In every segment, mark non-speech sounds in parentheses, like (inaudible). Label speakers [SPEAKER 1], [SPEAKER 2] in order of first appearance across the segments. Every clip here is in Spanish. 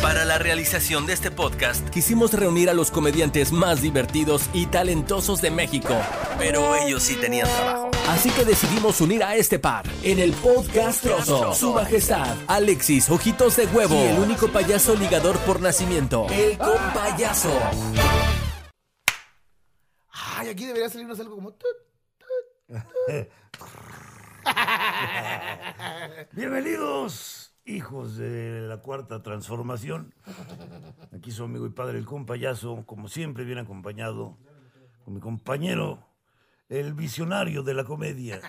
[SPEAKER 1] Para la realización de este podcast, quisimos reunir a los comediantes más divertidos y talentosos de México. Pero ellos sí tenían trabajo. Así que decidimos unir a este par en el podcast Trozo. Su majestad, Alexis Ojitos de Huevo. Y el único payaso ligador por nacimiento, el compayaso.
[SPEAKER 2] Ay, aquí debería salirnos algo como. tut.
[SPEAKER 3] Bienvenidos, hijos de la cuarta transformación. Aquí su amigo y padre, el compayazo, como siempre, bien acompañado con mi compañero, el visionario de la comedia,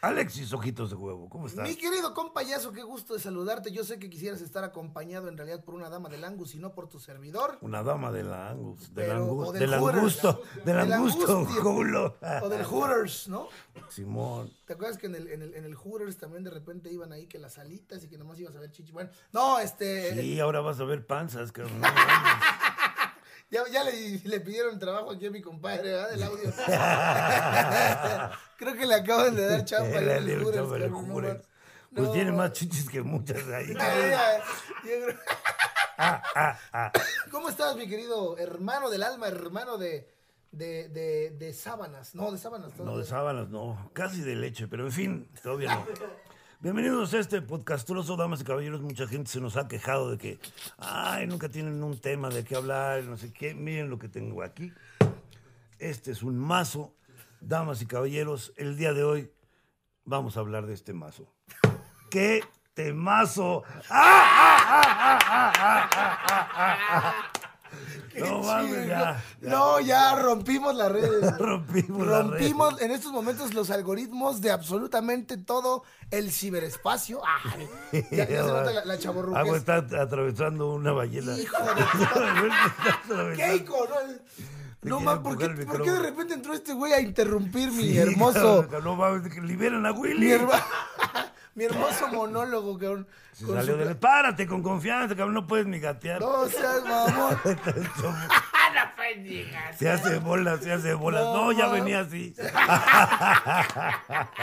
[SPEAKER 3] Alexis Ojitos de Huevo. ¿Cómo estás?
[SPEAKER 2] Mi querido compayazo, qué gusto de saludarte. Yo sé que quisieras estar acompañado en realidad por una dama del Angus y no por tu servidor.
[SPEAKER 3] Una dama de la angus, del,
[SPEAKER 2] Pero-
[SPEAKER 3] angus-
[SPEAKER 2] o del
[SPEAKER 3] del
[SPEAKER 2] Hooters.
[SPEAKER 3] angusto, del
[SPEAKER 2] Del
[SPEAKER 3] angusto,
[SPEAKER 2] angustio.
[SPEAKER 3] culo.
[SPEAKER 2] O del Hooters, ¿no?
[SPEAKER 3] Simón.
[SPEAKER 2] ¿Te acuerdas que en el, en el, en el Hooters también de repente iban ahí que las alitas y que nomás ibas a ver chichi? Bueno, no, este.
[SPEAKER 3] Sí, ahora vas a ver panzas, que
[SPEAKER 2] (laughs) Ya, ya le, le pidieron trabajo aquí a mi compadre, ¿verdad? Del
[SPEAKER 3] (laughs)
[SPEAKER 2] audio. (laughs) Creo que le acaban de dar chapa.
[SPEAKER 3] Era
[SPEAKER 2] ahí en
[SPEAKER 3] el
[SPEAKER 2] el
[SPEAKER 3] del
[SPEAKER 2] Hooters,
[SPEAKER 3] Chavo del
[SPEAKER 2] cabrón, no
[SPEAKER 3] Jure.
[SPEAKER 2] más.
[SPEAKER 3] Pues
[SPEAKER 2] No.
[SPEAKER 3] tiene más chichis que muchas ahí.
[SPEAKER 2] Ya, ya, ya.
[SPEAKER 3] Ah,
[SPEAKER 2] (coughs) ¿Cómo estás, mi querido hermano del alma, hermano de, de, de, de sábanas? No, de sábanas.
[SPEAKER 3] No,
[SPEAKER 2] todavía.
[SPEAKER 3] de sábanas no, casi de leche, pero en fin, todavía no. Bienvenidos a este podcastroso, damas y caballeros. Mucha gente se nos ha quejado de que, ay, nunca tienen un tema de qué hablar, no sé qué. Miren lo que tengo aquí. Este es un mazo, damas y caballeros. El día de hoy vamos a hablar de este mazo. ¡Qué temazo! ¡Ah, ah, ah, ah, ah, ah, ah, ah, ah! No mames, ya. ya.
[SPEAKER 2] No, ya rompimos las redes.
[SPEAKER 3] (laughs) Rompimos las
[SPEAKER 2] rompimos en estos momentos los algoritmos de absolutamente todo el ciberespacio. Ay, ya,
[SPEAKER 3] (laughs)
[SPEAKER 2] ya se nota la, la chavorruquez.
[SPEAKER 3] Agua está atravesando una ballena. (laughs)
[SPEAKER 2] Hijo de- Keiko, ¿no? No
[SPEAKER 3] quiere
[SPEAKER 2] mames, ¿por, qué- por qué
[SPEAKER 3] empujar el
[SPEAKER 2] de
[SPEAKER 3] micrófono.
[SPEAKER 2] repente entró este güey a interrumpir mi
[SPEAKER 3] Sí,
[SPEAKER 2] hermoso
[SPEAKER 3] cabrón, no mames, que liberan a Willy.
[SPEAKER 2] mi, herma- (laughs) mi hermoso monólogo, cabrón.
[SPEAKER 3] Se
[SPEAKER 2] Con
[SPEAKER 3] salió
[SPEAKER 2] su-
[SPEAKER 3] del- Párate con confianza, cabrón, no puedes ni
[SPEAKER 2] (laughs)
[SPEAKER 3] gatear. (laughs)
[SPEAKER 2] No seas mamón. (laughs)
[SPEAKER 3] Se hace bolas, se hace bolas.
[SPEAKER 2] No,
[SPEAKER 3] No, ya
[SPEAKER 2] mames. (laughs)
[SPEAKER 3] venía así. (laughs)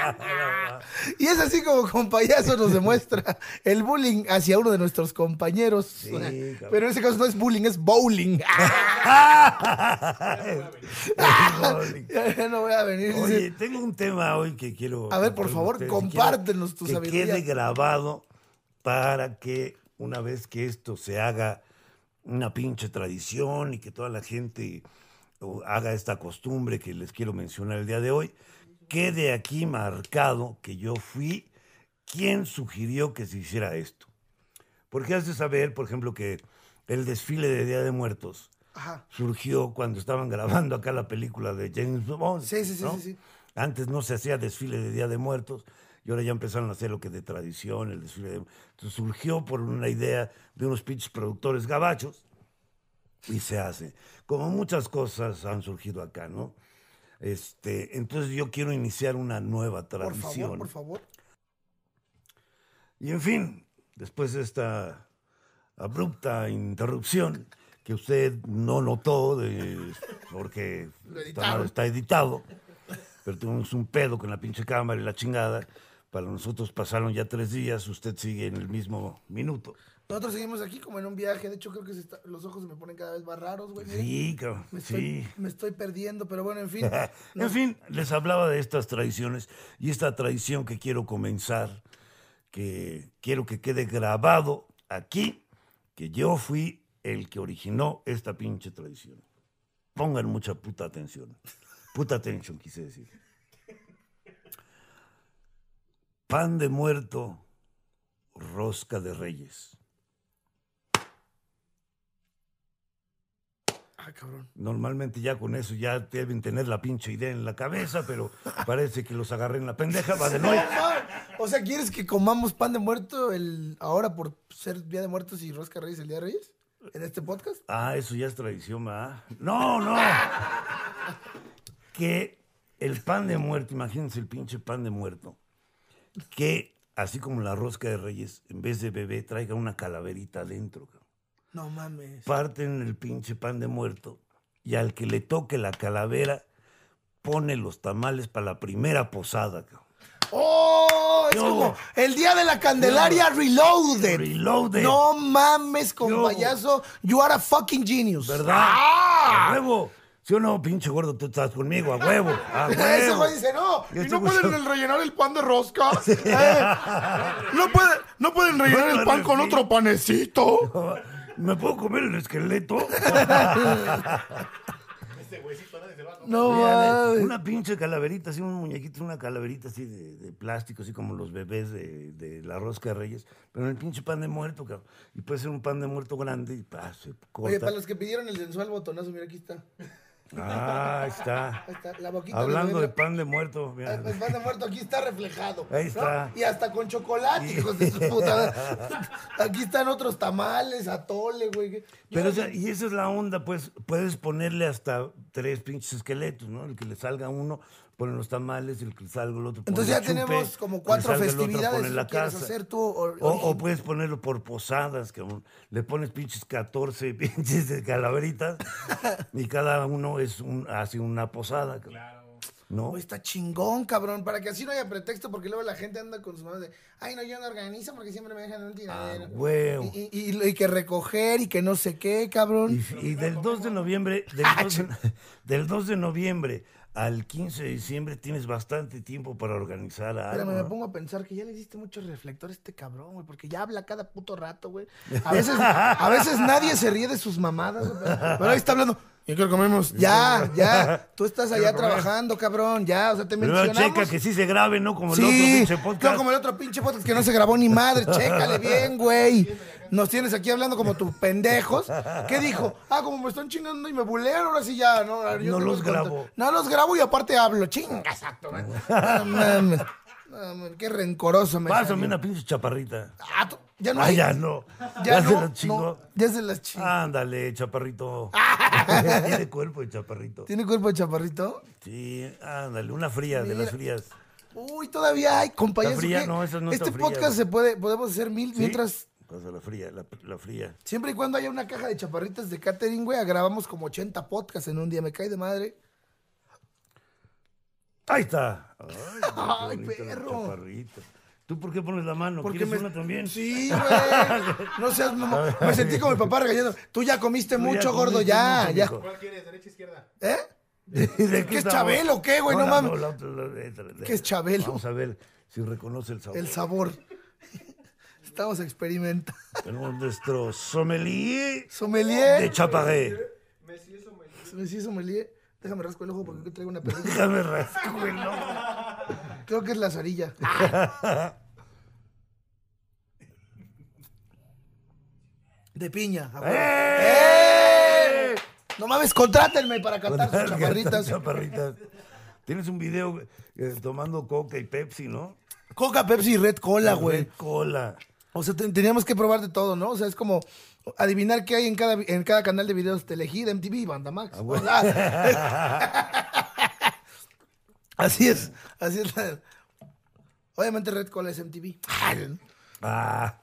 [SPEAKER 2] Y es así como con payaso nos demuestra el bullying hacia uno de nuestros compañeros.
[SPEAKER 3] cabrón.
[SPEAKER 2] Pero en ese caso no es bullying, es
[SPEAKER 3] (laughs)
[SPEAKER 2] bowling. Ah, Ya no voy a venir. dice.
[SPEAKER 3] Oye, tengo un tema hoy que quiero.
[SPEAKER 2] A ver, por
[SPEAKER 3] compartir
[SPEAKER 2] favor,
[SPEAKER 3] con ustedes,
[SPEAKER 2] compártenos
[SPEAKER 3] que
[SPEAKER 2] tu
[SPEAKER 3] quiero
[SPEAKER 2] sabiduría.
[SPEAKER 3] Que quede grabado para que una vez que esto se haga una pinche tradición y que toda la gente o, haga esta costumbre que les quiero mencionar el día de hoy, quede aquí marcado que yo fui quien sugirió que se hiciera esto. Porque has de saber, por ejemplo, que el desfile de Día de Muertos
[SPEAKER 2] Ajá.
[SPEAKER 3] surgió cuando estaban grabando acá la película de James Bond.
[SPEAKER 2] Sí, sí, sí,
[SPEAKER 3] ¿no?
[SPEAKER 2] sí, sí.
[SPEAKER 3] Antes no se hacía desfile de Día de Muertos y ahora ya empezaron a hacer lo que de tradición, el desfile de Entonces, surgió por una idea de unos pinches productores gabachos y se hace. Como muchas cosas han surgido acá, ¿no? Este, entonces yo quiero iniciar una nueva
[SPEAKER 2] Por
[SPEAKER 3] tradición.
[SPEAKER 2] favor, por favor.
[SPEAKER 3] Y en fin, después de esta abrupta interrupción que usted no notó de- porque
[SPEAKER 2] Lo
[SPEAKER 3] está,
[SPEAKER 2] editaron.
[SPEAKER 3] está editado, pero tuvimos un pedo con la pinche cámara y la chingada. Para nosotros pasaron ya tres días, usted sigue en el mismo minuto.
[SPEAKER 2] Nosotros seguimos aquí como en un viaje. De hecho, creo que se está- los ojos se me ponen cada vez más raros, güey. Miren,
[SPEAKER 3] Sí, cabrón,
[SPEAKER 2] Me estoy,
[SPEAKER 3] sí.
[SPEAKER 2] me estoy perdiendo, pero bueno, en fin.
[SPEAKER 3] (laughs) En fin, les hablaba de estas tradiciones y esta tradición que quiero comenzar, que quiero que quede grabado aquí, que yo fui el que originó esta pinche tradición. Pongan mucha puta atención. Puta atención, quise decir. Pan de muerto, rosca de reyes.
[SPEAKER 2] Ah, cabrón.
[SPEAKER 3] Normalmente ya con eso ya deben tener la pinche idea en la cabeza, pero parece que los agarré en la pendeja.
[SPEAKER 2] (laughs)
[SPEAKER 3] Va de nuevo.
[SPEAKER 2] O sea, ¿quieres que comamos pan de muerto el ahora por ser Día de Muertos y Rosca Reyes el Día de Reyes? ¿En este podcast?
[SPEAKER 3] Ah, eso ya es tradición, ¿verdad? No, no. Que el pan de muerto, imagínense el pinche pan de muerto, que así como la rosca de reyes, en vez de bebé, traiga una calaverita adentro. cabrón.
[SPEAKER 2] No mames.
[SPEAKER 3] Parten el pinche pan de muerto y al que le toque la calavera, pone los tamales para la primera posada. cabrón.
[SPEAKER 2] ¡Oh! Es
[SPEAKER 3] Yo.
[SPEAKER 2] como el día de la Candelaria Reloaded.
[SPEAKER 3] Reloaded.
[SPEAKER 2] No mames, con
[SPEAKER 3] Yo.
[SPEAKER 2] payaso. You are a fucking genius.
[SPEAKER 3] ¿Verdad?
[SPEAKER 2] ¡Ah!
[SPEAKER 3] ¡A huevo! Si o no, pinche gordo, tú estás conmigo, a huevo. A huevo.
[SPEAKER 2] (laughs) (laughs) Ese güey dice, no,
[SPEAKER 3] Yo
[SPEAKER 2] y
[SPEAKER 3] estoy
[SPEAKER 2] no pueden
[SPEAKER 3] escuchando-
[SPEAKER 2] rellenar el pan de rosca.
[SPEAKER 3] (laughs)
[SPEAKER 2] (laughs) Eh, no, puede- no pueden rellenar el pan con otro panecito.
[SPEAKER 3] ¿Me puedo comer
[SPEAKER 2] (laughs)
[SPEAKER 3] el esqueleto?
[SPEAKER 2] No
[SPEAKER 3] Fíjate,
[SPEAKER 2] mames.
[SPEAKER 3] una pinche calaverita, así un muñequito, una calaverita así de, de plástico, así como los bebés de, de la rosca de reyes, pero en el pinche pan de muerto, cabrón. Y puede ser un pan de muerto grande y pa, se corta.
[SPEAKER 2] Oye, para los que pidieron el sensual botonazo, mira, aquí está.
[SPEAKER 3] Ah, ahí está.
[SPEAKER 2] (laughs) Ahí está, la boquita.
[SPEAKER 3] Hablando de
[SPEAKER 2] bebé.
[SPEAKER 3] pan de muerto, mira.
[SPEAKER 2] El pan de muerto aquí está reflejado.
[SPEAKER 3] Ahí
[SPEAKER 2] ¿no?
[SPEAKER 3] está.
[SPEAKER 2] Y hasta con chocolate, hijos
[SPEAKER 3] (laughs)
[SPEAKER 2] de su puta. Aquí están otros tamales, atole, güey.
[SPEAKER 3] Pero, o sea, y esa es la onda, pues, puedes ponerle hasta tres pinches esqueletos, ¿no? El que le salga uno, ponen los tamales, el que le salga el otro. pone
[SPEAKER 2] Entonces ya
[SPEAKER 3] el chupe,
[SPEAKER 2] tenemos como
[SPEAKER 3] el que
[SPEAKER 2] cuatro
[SPEAKER 3] salga el otro,
[SPEAKER 2] festividades
[SPEAKER 3] pone
[SPEAKER 2] que
[SPEAKER 3] la
[SPEAKER 2] quieres
[SPEAKER 3] casa.
[SPEAKER 2] hacer tú, or-
[SPEAKER 3] O, o pues,
[SPEAKER 2] origen.
[SPEAKER 3] puedes ponerlo por posadas, cabrón. Le pones pinches 14 (laughs) pinches
[SPEAKER 2] (laughs)
[SPEAKER 3] de calaveritas y cada uno es un, hace una posada. Claro. ¿No?
[SPEAKER 2] Güey, está chingón, cabrón, para que así no haya pretexto, porque luego la gente anda con sus manos de, ay, no, yo no organizo porque siempre me dejan en un tiradero.
[SPEAKER 3] Ah, huevo.
[SPEAKER 2] Y, y- y- y que recoger y que no sé qué, cabrón.
[SPEAKER 3] Y, y del 2 de noviembre,
[SPEAKER 2] (laughs)
[SPEAKER 3] del 2 de, del 2 de noviembre al 15 de diciembre tienes bastante tiempo para organizar algo.
[SPEAKER 2] Espérame, me
[SPEAKER 3] ¿no?
[SPEAKER 2] pongo a pensar que ya le diste mucho reflector a este cabrón, güey, porque ya habla cada puto rato,
[SPEAKER 3] (laughs)
[SPEAKER 2] güey. A veces, a veces nadie se ríe de sus mamadas, güey, pero, pero ahí está hablando. Yo quiero comemos.
[SPEAKER 3] (laughs)
[SPEAKER 2] Ya, ya. Tú estás allá trabajando, cabrón. Ya, o sea, te
[SPEAKER 3] Pero luego
[SPEAKER 2] mencionamos.
[SPEAKER 3] checa que sí se grabe, ¿no? Como el
[SPEAKER 2] Sí,
[SPEAKER 3] otro pinche podcast.
[SPEAKER 2] no como el otro pinche podcast que no se grabó ni madre. Chécale bien, güey. Nos tienes aquí hablando como tus pendejos. ¿Qué dijo? Ah, como me están chingando y me bulean, ahora sí ya. No, ahora yo
[SPEAKER 3] No
[SPEAKER 2] tengo
[SPEAKER 3] los
[SPEAKER 2] que
[SPEAKER 3] grabo.
[SPEAKER 2] contar. No los grabo y aparte hablo. Chinga, exacto, güey. No mames. No mames, Qué rencoroso me
[SPEAKER 3] Pásame
[SPEAKER 2] salió.
[SPEAKER 3] una pinche chaparrita.
[SPEAKER 2] Ah, tú- ya no.
[SPEAKER 3] Ah,
[SPEAKER 2] hay.
[SPEAKER 3] ya no.
[SPEAKER 2] Ya,
[SPEAKER 3] se
[SPEAKER 2] no,
[SPEAKER 3] la chingó. Ah.
[SPEAKER 2] no, Ya se las chingó.
[SPEAKER 3] Ándale,
[SPEAKER 2] (laughs)
[SPEAKER 3] chaparrito. Tiene cuerpo de chaparrito.
[SPEAKER 2] ¿Tiene cuerpo de chaparrito?
[SPEAKER 3] Sí, ándale, una fría, de las frías.
[SPEAKER 2] Uy, todavía hay, compañeros.
[SPEAKER 3] fría? No, esa no está
[SPEAKER 2] este
[SPEAKER 3] fría,
[SPEAKER 2] podcast
[SPEAKER 3] güey.
[SPEAKER 2] se puede, podemos hacer mil
[SPEAKER 3] ¿Sí?
[SPEAKER 2] mientras
[SPEAKER 3] Pasa la fría, la, la fría.
[SPEAKER 2] Siempre y cuando haya una caja de chaparritas de catering, güey, grabamos como 80 podcasts en un día. Me cae de madre.
[SPEAKER 3] Ahí está. Ay, mira, qué
[SPEAKER 2] (laughs) Ay,
[SPEAKER 3] bonita la
[SPEAKER 2] perro.
[SPEAKER 3] Chaparrita. ¿Tú por qué pones la mano? ¿Quieres una también? (laughs)
[SPEAKER 2] Sí, güey. No seas mamón. Me sentí como mi papá regañando. Tú ya comiste
[SPEAKER 3] Tú ya
[SPEAKER 2] mucho, gordo,
[SPEAKER 3] comiste
[SPEAKER 2] ya,
[SPEAKER 3] mucho,
[SPEAKER 2] ya.
[SPEAKER 3] mijo.
[SPEAKER 2] ¿Eh?
[SPEAKER 3] ¿De ¿Qué,
[SPEAKER 2] es
[SPEAKER 3] sabor?
[SPEAKER 2] Chabelo o qué, güey? No
[SPEAKER 3] la-
[SPEAKER 2] mames.
[SPEAKER 3] la otra, la de- de- de-
[SPEAKER 2] ¿Qué es Chabelo?
[SPEAKER 3] Vamos a ver si reconoce el sabor.
[SPEAKER 2] El sabor. (laughs) Estamos experimentando.
[SPEAKER 3] Tenemos nuestro sommelier de
[SPEAKER 2] Sommelier.
[SPEAKER 3] chaparré.
[SPEAKER 2] Sí, sommelier. Déjame rasco el ojo porque aquí traigo una película. (laughs)
[SPEAKER 3] Déjame rasco el ojo.
[SPEAKER 2] Creo que es la zarilla.
[SPEAKER 3] (laughs)
[SPEAKER 2] De piña. a huevo. ¡Eh! No mames, contrátenme para cantar sus chaparritas.
[SPEAKER 3] Chaparritas. Tienes un video eh, tomando coca y Pepsi, ¿no?
[SPEAKER 2] Coca, Pepsi y Red Cola, Ah, güey.
[SPEAKER 3] Red Cola.
[SPEAKER 2] O sea, ten- teníamos que probar de todo, ¿no? O sea, es como adivinar qué hay en cada, vi- en cada canal de videos. Telehit, MTV, Banda Max.
[SPEAKER 3] (laughs)
[SPEAKER 2] O sea, así es, así es. la- Obviamente Red Cola es MTV.
[SPEAKER 3] Ah.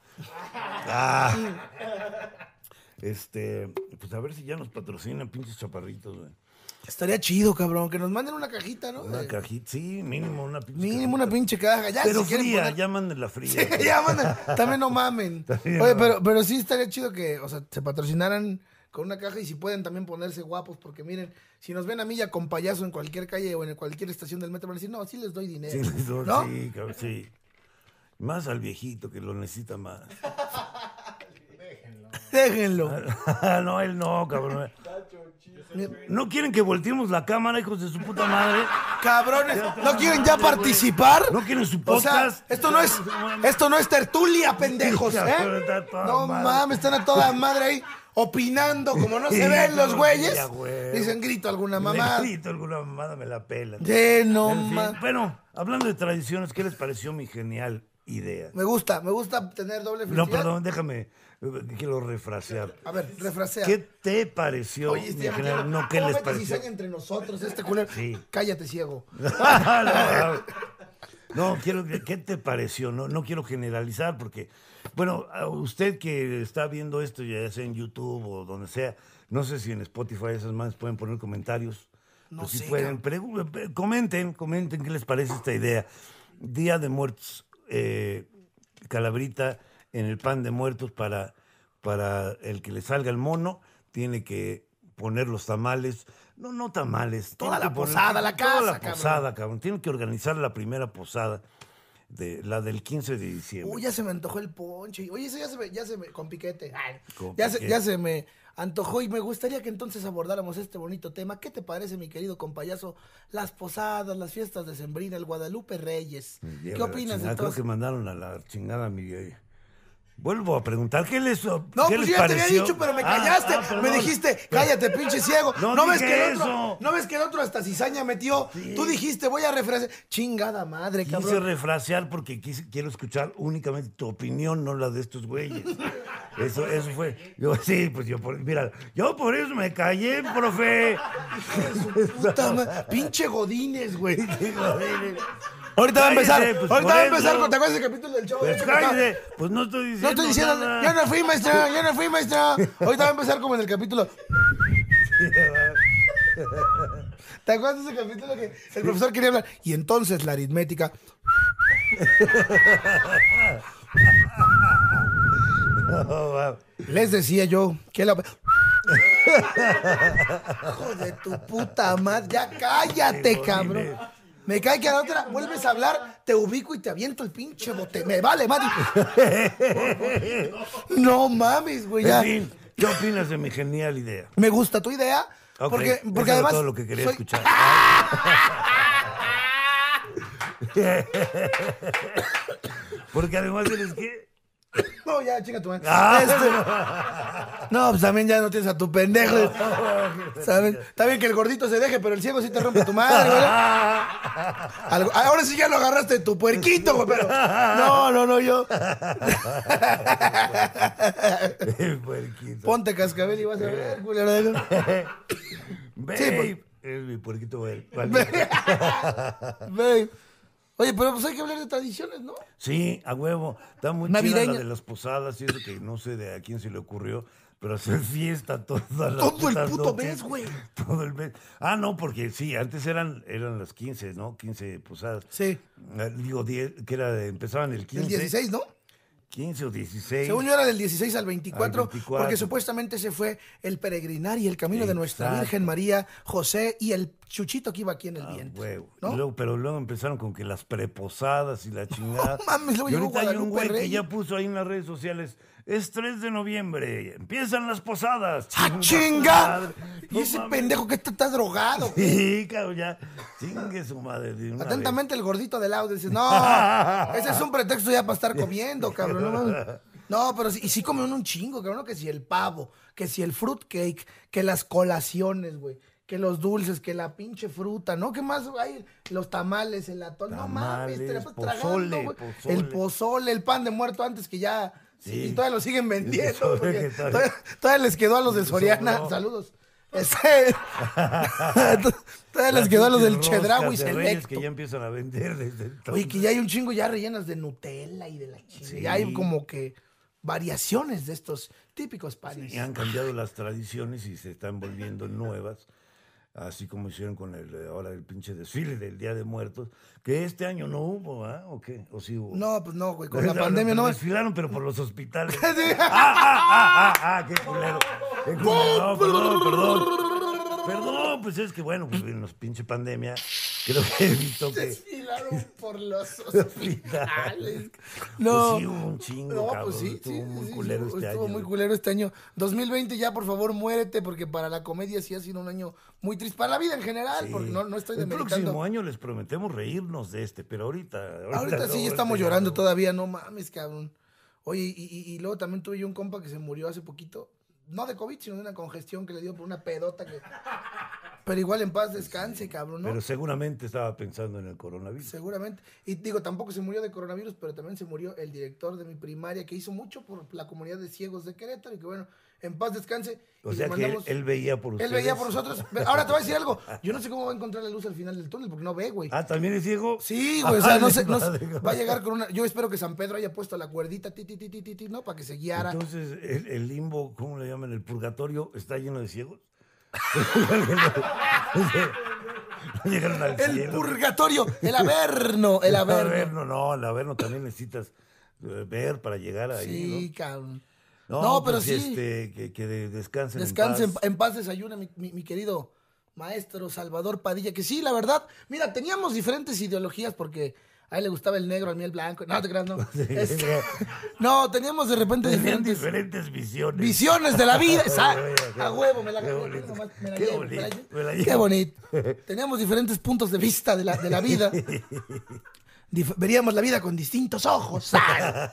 [SPEAKER 3] Ah. Este, pues a ver si ya nos patrocinan pinches chaparritos, güey.
[SPEAKER 2] Estaría chido, cabrón, que nos manden una cajita, ¿no?
[SPEAKER 3] Una
[SPEAKER 2] De-
[SPEAKER 3] cajita, sí, mínimo una pinche
[SPEAKER 2] Mínimo
[SPEAKER 3] cajita.
[SPEAKER 2] una pinche caja. Ya,
[SPEAKER 3] Pero
[SPEAKER 2] si quieren
[SPEAKER 3] fría,
[SPEAKER 2] poner-
[SPEAKER 3] ya manden
[SPEAKER 2] (laughs)
[SPEAKER 3] la fría.
[SPEAKER 2] Ya, manda. También no mamen.
[SPEAKER 3] (laughs) También
[SPEAKER 2] Oye,
[SPEAKER 3] no.
[SPEAKER 2] pero, pero sí estaría chido que, o sea, se patrocinaran con una caja y si pueden también ponerse guapos, porque miren, si nos ven a mí ya con payaso en cualquier calle o en cualquier estación del metro, van a decir, no, sí les doy dinero.
[SPEAKER 3] Sí, les doy,
[SPEAKER 2] ¿No?
[SPEAKER 3] sí, cabrón, sí. Más al viejito que lo necesita más.
[SPEAKER 2] Déjenlo.
[SPEAKER 3] (laughs) no, él no, cabrón. ¿No quieren que volteemos la cámara, hijos de su puta madre?
[SPEAKER 2] Cabrones, ¿no quieren ya participar?
[SPEAKER 3] ¿No quieren su
[SPEAKER 2] O sea,
[SPEAKER 3] podcast?
[SPEAKER 2] esto no
[SPEAKER 3] (laughs)
[SPEAKER 2] es, esto no es tertulia, pendejos,
[SPEAKER 3] Sí, cabrón,
[SPEAKER 2] ¿eh?
[SPEAKER 3] está a toda
[SPEAKER 2] No
[SPEAKER 3] madre.
[SPEAKER 2] mames, están a toda madre ahí opinando, como no se
[SPEAKER 3] (laughs) Sí,
[SPEAKER 2] ven los
[SPEAKER 3] no,
[SPEAKER 2] güeyes.
[SPEAKER 3] ya, güey.
[SPEAKER 2] Dicen grito alguna
[SPEAKER 3] Mamá.
[SPEAKER 2] mamá.
[SPEAKER 3] alguna mamada me la pela.
[SPEAKER 2] Sí, no
[SPEAKER 3] En fin,
[SPEAKER 2] mames.
[SPEAKER 3] bueno, hablando de tradiciones, ¿qué les pareció mi genial idea?
[SPEAKER 2] Me gusta, me gusta tener doble
[SPEAKER 3] No,
[SPEAKER 2] felicidad.
[SPEAKER 3] perdón, déjame, eh, quiero refrasear.
[SPEAKER 2] A ver, refrasea.
[SPEAKER 3] ¿Qué te pareció
[SPEAKER 2] Oye, este
[SPEAKER 3] mi
[SPEAKER 2] ya
[SPEAKER 3] genial?
[SPEAKER 2] metieron-
[SPEAKER 3] No, ¿qué
[SPEAKER 2] ¿Cómo
[SPEAKER 3] les
[SPEAKER 2] metes
[SPEAKER 3] pareció?
[SPEAKER 2] cizaña entre nosotros, este culero.
[SPEAKER 3] Sí.
[SPEAKER 2] Cállate, ciego.
[SPEAKER 3] (laughs) No, quiero que- ¿qué te pareció? No, no quiero generalizar porque, bueno, a usted que está viendo esto, ya sea en YouTube o donde sea, no sé si en Spotify esas más pueden poner comentarios.
[SPEAKER 2] No
[SPEAKER 3] Pues sí
[SPEAKER 2] sé,
[SPEAKER 3] pueden, Pregu- pe- comenten, comenten qué les parece esta idea. Día de Muertos, eh, calabrita en el pan de muertos para, para el que le salga el mono, tiene que poner los tamales. No, no tamales.
[SPEAKER 2] Toda
[SPEAKER 3] tiene
[SPEAKER 2] la
[SPEAKER 3] que poner-
[SPEAKER 2] posada, la casa,
[SPEAKER 3] Toda la
[SPEAKER 2] cabrón.
[SPEAKER 3] posada, cabrón. Tienen que organizar la primera posada, de, la del 15 de diciembre.
[SPEAKER 2] Uy, ya se me antojó el ponche. Oye, eso ya se me, ya se me, con piquete. Ay,
[SPEAKER 3] Con
[SPEAKER 2] ya, se,
[SPEAKER 3] piquete.
[SPEAKER 2] ya se me antojó y me gustaría que entonces abordáramos este bonito tema. ¿Qué te parece, mi querido compayazo? Las posadas, las fiestas de Sembrina, el Guadalupe Reyes.
[SPEAKER 3] Lleva
[SPEAKER 2] ¿Qué
[SPEAKER 3] la
[SPEAKER 2] opinas
[SPEAKER 3] chingada,
[SPEAKER 2] de todo?
[SPEAKER 3] Creo que mandaron a la chingada a mi... eh. Vuelvo a preguntar, ¿qué les Ah, No,
[SPEAKER 2] No, pues yo ya te había dicho, pero me callaste. me dijiste, cállate, pinche ciego.
[SPEAKER 3] No
[SPEAKER 2] No, ves
[SPEAKER 3] dije
[SPEAKER 2] que el otro,
[SPEAKER 3] eso.
[SPEAKER 2] no ves que el otro hasta cizaña metió. Tú dijiste, voy a refrescar. Chingada madre,
[SPEAKER 3] Quise
[SPEAKER 2] cabrón.
[SPEAKER 3] refrasear porque quise- quiero escuchar únicamente tu opinión, no la de estos güeyes. Eso, eso fue. Yo, sí, pues yo por, mira, yo por eso me callé, profe.
[SPEAKER 2] Puta ma- pinche Godines,
[SPEAKER 3] (laughs)
[SPEAKER 2] güey.
[SPEAKER 3] Hijo de-
[SPEAKER 2] Ahorita va a
[SPEAKER 3] Cállese,
[SPEAKER 2] empezar.
[SPEAKER 3] pues,
[SPEAKER 2] ahorita va a
[SPEAKER 3] por
[SPEAKER 2] empezar
[SPEAKER 3] eso.
[SPEAKER 2] con te acuerdas del capítulo del chavo.
[SPEAKER 3] Pues
[SPEAKER 2] Este que estaba-
[SPEAKER 3] cállese, pues no estoy
[SPEAKER 2] No
[SPEAKER 3] diciendo.
[SPEAKER 2] estoy diciendo,
[SPEAKER 3] nada.
[SPEAKER 2] yo no fui maestra, yo no fui maestra. Ahorita va a empezar como en el (laughs) capítulo. ¿Te acuerdas de ese capítulo que el profesor quería hablar? Y entonces la (laughs) aritmética.
[SPEAKER 3] Oh, wow.
[SPEAKER 2] Les decía yo que la. Hijo de tu puta madre, ya cállate, cabrón. Me cae que a la otra vuelves a hablar, te ubico y te aviento el pinche bote. Me vale, madre. No mames, güey. ya.
[SPEAKER 3] En fin, ¿qué opinas de mi genial idea?
[SPEAKER 2] Me gusta tu idea.
[SPEAKER 3] Ok,
[SPEAKER 2] Porque,
[SPEAKER 3] eso
[SPEAKER 2] porque
[SPEAKER 3] era
[SPEAKER 2] además.
[SPEAKER 3] todo lo que quería
[SPEAKER 2] soy-
[SPEAKER 3] escuchar. (laughs) porque además eres
[SPEAKER 2] (laughs)
[SPEAKER 3] que.
[SPEAKER 2] No, ya, chinga tu madre.
[SPEAKER 3] Ah.
[SPEAKER 2] Este- No, pues también ya no tienes a tu pendejo. ¿Saben? Está bien que el gordito se deje, pero el ciego sí te rompe tu madre, güey. Algo- Ahora sí ya lo agarraste de tu puerquito, güey, pero. No, no, no, yo.
[SPEAKER 3] (laughs) El puerquito.
[SPEAKER 2] Ponte cascabel y vas a ver, culero.
[SPEAKER 3] (laughs) Babe. Es mi
[SPEAKER 2] (laughs)
[SPEAKER 3] puerquito babe. Vale.
[SPEAKER 2] Babe. Oye, pero pues hay que hablar de tradiciones, ¿no?
[SPEAKER 3] Sí, a huevo. Está muy chida
[SPEAKER 2] Navideña.
[SPEAKER 3] la de las posadas y eso que no sé de a quién se le ocurrió. Pero hacer fiesta toda la
[SPEAKER 2] Todo el
[SPEAKER 3] puta
[SPEAKER 2] puto
[SPEAKER 3] noche.
[SPEAKER 2] mes, güey.
[SPEAKER 3] (laughs) Todo el mes. Ah, no, porque sí, antes eran, eran las 15, ¿no? 15 posadas.
[SPEAKER 2] Sí.
[SPEAKER 3] Ah, Digo, 10, que era, de- empezaban el 15.
[SPEAKER 2] El 16, ¿no?
[SPEAKER 3] 15 o 16.
[SPEAKER 2] Según yo era del 16 al 24,
[SPEAKER 3] Al 24.
[SPEAKER 2] porque supuestamente ese fue el peregrinar y el camino de nuestra
[SPEAKER 3] Exacto.
[SPEAKER 2] Virgen María, José y el chuchito que iba aquí en el
[SPEAKER 3] Ah,
[SPEAKER 2] viento.
[SPEAKER 3] huevo.
[SPEAKER 2] ¿no?
[SPEAKER 3] Y luego- pero luego empezaron con que las preposadas y la chingada.
[SPEAKER 2] No (laughs) mames, luego
[SPEAKER 3] y
[SPEAKER 2] llegó
[SPEAKER 3] ahorita hay un
[SPEAKER 2] Guadalupe
[SPEAKER 3] güey que
[SPEAKER 2] Reyes.
[SPEAKER 3] ya puso ahí en las redes sociales. Es 3 de noviembre, empiezan las posadas. (laughs)
[SPEAKER 2] ¡Ah,
[SPEAKER 3] madre!
[SPEAKER 2] chinga!
[SPEAKER 3] No
[SPEAKER 2] Y ese
[SPEAKER 3] mames.
[SPEAKER 2] pendejo que está, está drogado.
[SPEAKER 3] Sí, cabrón, ya. Chingue su madre. de una
[SPEAKER 2] Atentamente el gordito del audio dice,
[SPEAKER 3] (laughs)
[SPEAKER 2] no, ese es un pretexto ya para estar comiendo, cabrón. No, mames". No, pero sí, y sí come uno un chingo, cabrón, que si el pavo, que si el fruitcake, que las colaciones, güey, que los dulces, que la pinche fruta, ¿no? ¿Qué más hay? Los tamales, el atón, no mames, te la
[SPEAKER 3] Tamales,
[SPEAKER 2] estás tragando,
[SPEAKER 3] pozole,
[SPEAKER 2] güey.
[SPEAKER 3] pozole.
[SPEAKER 2] El pozole, el pan de muerto antes que ya...
[SPEAKER 3] Sí.
[SPEAKER 2] Sí. Y todavía lo siguen vendiendo.
[SPEAKER 3] pozole
[SPEAKER 2] porque
[SPEAKER 3] que todavía-
[SPEAKER 2] todavía, todavía les quedó a los de Soriana.
[SPEAKER 3] sobró.
[SPEAKER 2] Saludos. (laughs) Este- (laughs) todavía les quedó a los del
[SPEAKER 3] pinches roscas
[SPEAKER 2] Chedraui
[SPEAKER 3] de Reyes
[SPEAKER 2] Selecto.
[SPEAKER 3] que ya empiezan a vender desde entonces.
[SPEAKER 2] Oye, que ya hay un chingo ya rellenas de Nutella y de la chingada.
[SPEAKER 3] Sí.
[SPEAKER 2] Ya hay como que variaciones de estos típicos panes.
[SPEAKER 3] Y han cambiado las tradiciones y se están volviendo nuevas, así como hicieron con el eh, ahora el pinche desfile del Día de Muertos, que este año no hubo, ¿ah? ¿O qué? ¿O sí hubo?
[SPEAKER 2] No, pues no, güey,
[SPEAKER 3] (laughs)
[SPEAKER 2] con la
[SPEAKER 3] Pero
[SPEAKER 2] pandemia no.
[SPEAKER 3] Desfilaron, pero por
[SPEAKER 2] (laughs)
[SPEAKER 3] los hospitales. ¡Ah, ah, ah, ah! ah qué culero! Qué culero. No, perdón, perdón. Perdón, pues es que bueno, pues en los pinche pandemia, creo que he
[SPEAKER 2] (laughs)
[SPEAKER 3] visto que... (laughs)
[SPEAKER 2] Desfilaron por los hospitales. No.
[SPEAKER 3] Pues sí, hubo un chingo,
[SPEAKER 2] No,
[SPEAKER 3] cabrón.
[SPEAKER 2] pues sí,
[SPEAKER 3] estuvo
[SPEAKER 2] sí,
[SPEAKER 3] muy
[SPEAKER 2] sí,
[SPEAKER 3] culero
[SPEAKER 2] estuvo-
[SPEAKER 3] este
[SPEAKER 2] estuvo
[SPEAKER 3] año.
[SPEAKER 2] muy culero este año. 2020 ya, por favor, muérete, porque para la comedia sí ha sido un año muy triste. Para la vida en general, porque no, no estoy
[SPEAKER 3] El próximo
[SPEAKER 2] demeritando.
[SPEAKER 3] año les prometemos reírnos de este, pero ahorita.
[SPEAKER 2] Ahorita
[SPEAKER 3] no,
[SPEAKER 2] sí estamos
[SPEAKER 3] ahorita
[SPEAKER 2] llorando
[SPEAKER 3] no.
[SPEAKER 2] todavía, no mames, cabrón. Oye, y, y- y luego también tuve yo un compa que se murió hace poquito. No de COVID, sino de una congestión que le dio por una pedota que... Pero igual en paz descanse, cabrón, ¿no?
[SPEAKER 3] Pero seguramente estaba pensando en el coronavirus.
[SPEAKER 2] Seguramente. Y digo, tampoco se murió de coronavirus, pero también se murió el director de mi primaria, que hizo mucho por la comunidad de ciegos de Querétaro, y que bueno, en paz descanse.
[SPEAKER 3] o
[SPEAKER 2] Y
[SPEAKER 3] sea
[SPEAKER 2] le
[SPEAKER 3] que él,
[SPEAKER 2] mandamos-
[SPEAKER 3] él veía por ustedes.
[SPEAKER 2] él veía por nosotros. Pero Ahora te voy a decir algo. Yo no sé cómo va a encontrar la luz al final del túnel, porque no ve, güey.
[SPEAKER 3] (laughs) Ah, también es ciego.
[SPEAKER 2] Sí, güey, o sea, no
[SPEAKER 3] Ah, Vale,
[SPEAKER 2] sé, no sé,
[SPEAKER 3] madre.
[SPEAKER 2] va a llegar con una... Yo espero que San Pedro haya puesto la cuerdita, ti, ti, ti, ti, ti, ti, ¿no? Para que se guiara.
[SPEAKER 3] Entonces, el, el limbo, ¿cómo le llaman? El purgatorio está lleno de ciegos. (laughs) No llegaron al
[SPEAKER 2] El
[SPEAKER 3] cielo.
[SPEAKER 2] purgatorio, el averno, el
[SPEAKER 3] (laughs) El
[SPEAKER 2] averno.
[SPEAKER 3] averno, no, el averno también necesitas eh, ver para llegar ahí.
[SPEAKER 2] Sí,
[SPEAKER 3] ¿no?
[SPEAKER 2] cabrón.
[SPEAKER 3] No,
[SPEAKER 2] No,
[SPEAKER 3] pues,
[SPEAKER 2] pero sí.
[SPEAKER 3] Este, que, que de- descansen. en
[SPEAKER 2] Descanse en,
[SPEAKER 3] paz.
[SPEAKER 2] en paz, desayuna, mi, mi- mi querido maestro Salvador Padilla. Que sí, la verdad, mira, teníamos diferentes ideologías porque a él le gustaba el negro, a mí el blanco. No, te creas,
[SPEAKER 3] (laughs)
[SPEAKER 2] no. Este, no, teníamos de repente
[SPEAKER 3] Tenían
[SPEAKER 2] diferentes
[SPEAKER 3] diferentes visiones.
[SPEAKER 2] visiones de la
[SPEAKER 3] (laughs)
[SPEAKER 2] vida. Esa-
[SPEAKER 3] Oye, oye, qué
[SPEAKER 2] a huevo, me la
[SPEAKER 3] qué
[SPEAKER 2] me la
[SPEAKER 3] bonito,
[SPEAKER 2] nomás, me la
[SPEAKER 3] qué
[SPEAKER 2] llevo, me la
[SPEAKER 3] bonito,
[SPEAKER 2] llevo.
[SPEAKER 3] me la llevo.
[SPEAKER 2] Qué bonito.
[SPEAKER 3] (laughs)
[SPEAKER 2] Teníamos diferentes puntos de vista de la, de la vida. Dif- veríamos la vida con distintos
[SPEAKER 3] (laughs)
[SPEAKER 2] ojos. ¡Ah!